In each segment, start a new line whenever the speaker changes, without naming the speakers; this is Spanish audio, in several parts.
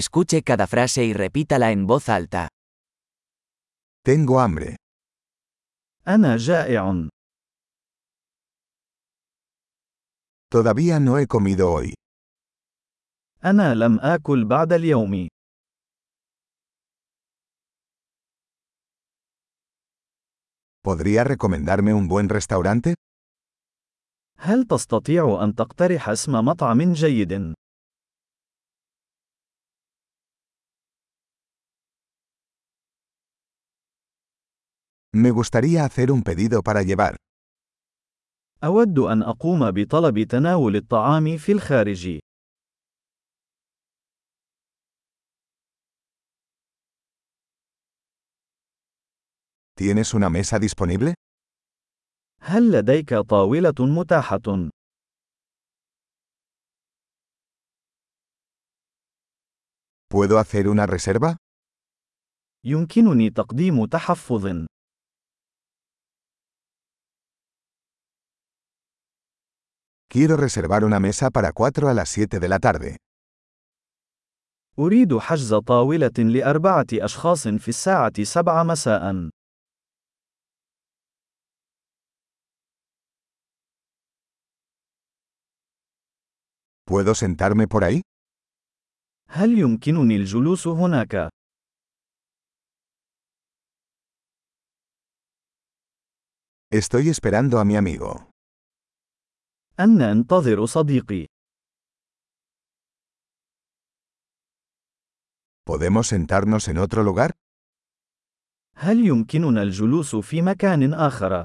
Escuche cada frase y repítala en voz alta.
Tengo hambre.
أنا جائع.
Todavía no he comido hoy.
أنا لم آكل بعد اليوم.
¿Podría recomendarme un buen restaurante?
هل تستطيع أن تقترح اسم مطعم جيد؟
Me gustaría hacer un pedido para llevar.
أود أن أقوم بطلب تناول الطعام في الخارج.
¿Tienes una mesa disponible?
هل لديك طاولة متاحة؟
¿Puedo hacer una reserva?
يمكنني تقديم تحفظ.
Quiero reservar una mesa para 4 a las 7 de la tarde.
أريد حجز طاولة لأربعة أشخاص في الساعة 7 مساء.
¿Puedo sentarme por ahí?
هل يمكنني الجلوس هناك؟
Estoy esperando a mi amigo.
أنا أنتظر صديقي.
¿Podemos sentarnos en otro lugar?
هل يمكننا الجلوس في مكان آخر؟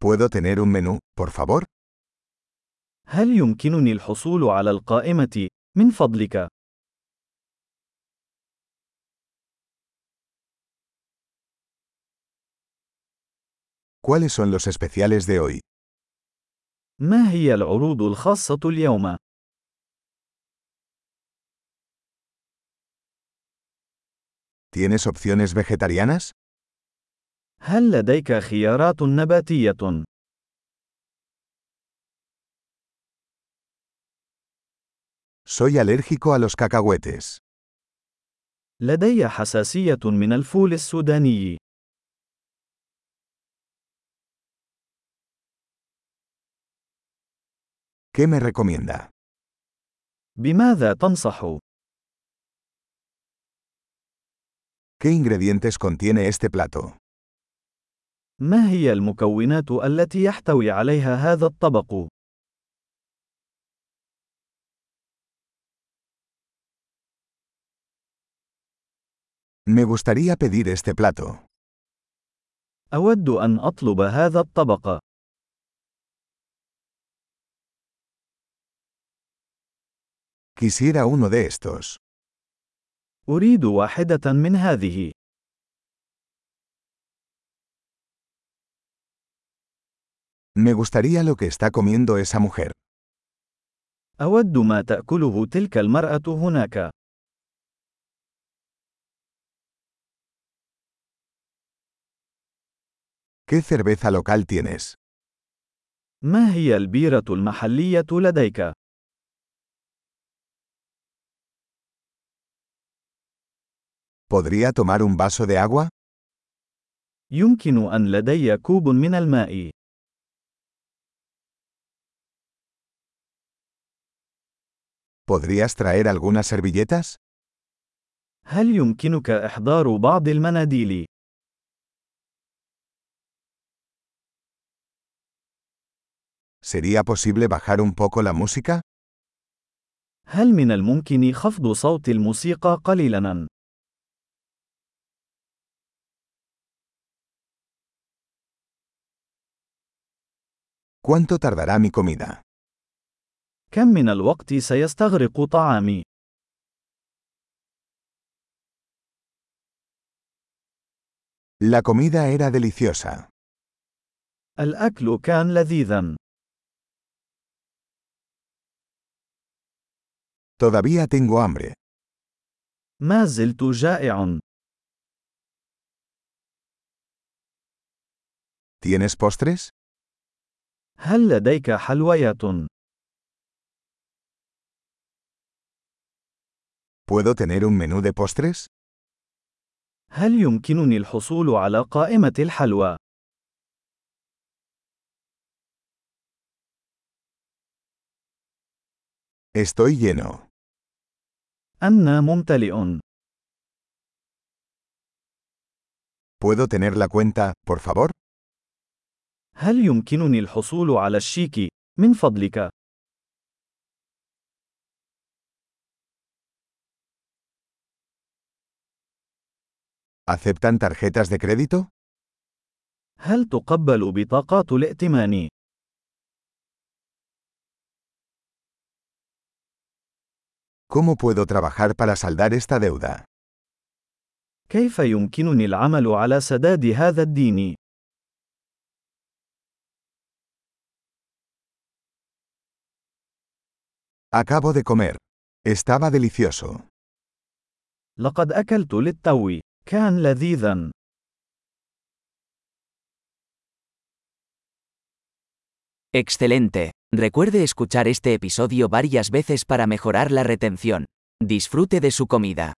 ¿Puedo tener un menú, por favor?
هل يمكنني الحصول على القائمة؟ من فضلك،
¿Cuáles son los especiales de hoy?
ما هي العروض الخاصة اليوم؟
¿Tienes opciones vegetarianas?
هل لديك خيارات نباتية؟
Soy alérgico a los cacahuetes.
لدي حساسية من الفول السوداني.
¿Qué me recomienda?
بماذا تنصح؟
¿Qué ingredientes contiene este plato?
ما هي المكونات التي يحتوي عليها هذا الطبق؟
Me gustaría pedir este plato.
أود أن أطلب هذا الطبق.
Quisiera uno de estos.
أريد واحدة من هذه.
Me gustaría lo que está comiendo esa mujer.
أود ما تأكله تلك المرأة هناك.
¿Qué cerveza local tienes?
ما هي البيرة المحلية لديك؟
¿Podría tomar un vaso de agua?
يمكن أن لدي كوب من الماء.
¿Podrías traer algunas servilletas?
هل يمكنك إحضار بعض المناديل؟
¿Sería posible bajar un poco la música?
هل من الممكن خفض صوت الموسيقى قليلاً؟
¿Cuánto tardará mi comida?
كم من الوقت سيستغرق طعامي؟
La comida era deliciosa.
الأكل كان لذيذاً.
Todavía tengo hambre.
ما زلت جائع.
¿Tienes postres?
هل لديك حلويات؟
¿Puedo tener un menú de postres?
هل يمكنني الحصول على قائمة الحلوى؟
Estoy lleno.
أنا ممتلئ.
¿Puedo tener la cuenta, por favor?
هل يمكنني الحصول على الشيك؟ من فضلك.
¿Aceptan tarjetas de crédito?
هل تقبل بطاقات الائتمان؟
¿Cómo puedo trabajar para saldar esta deuda?
كيف يمكنني العمل على سداد هذا الدين؟
Acabo de comer. Estaba delicioso.
لقد أكلت للتو. كان لذيذا.
Excelente. Recuerde escuchar este episodio varias veces para mejorar la retención. Disfrute de su comida.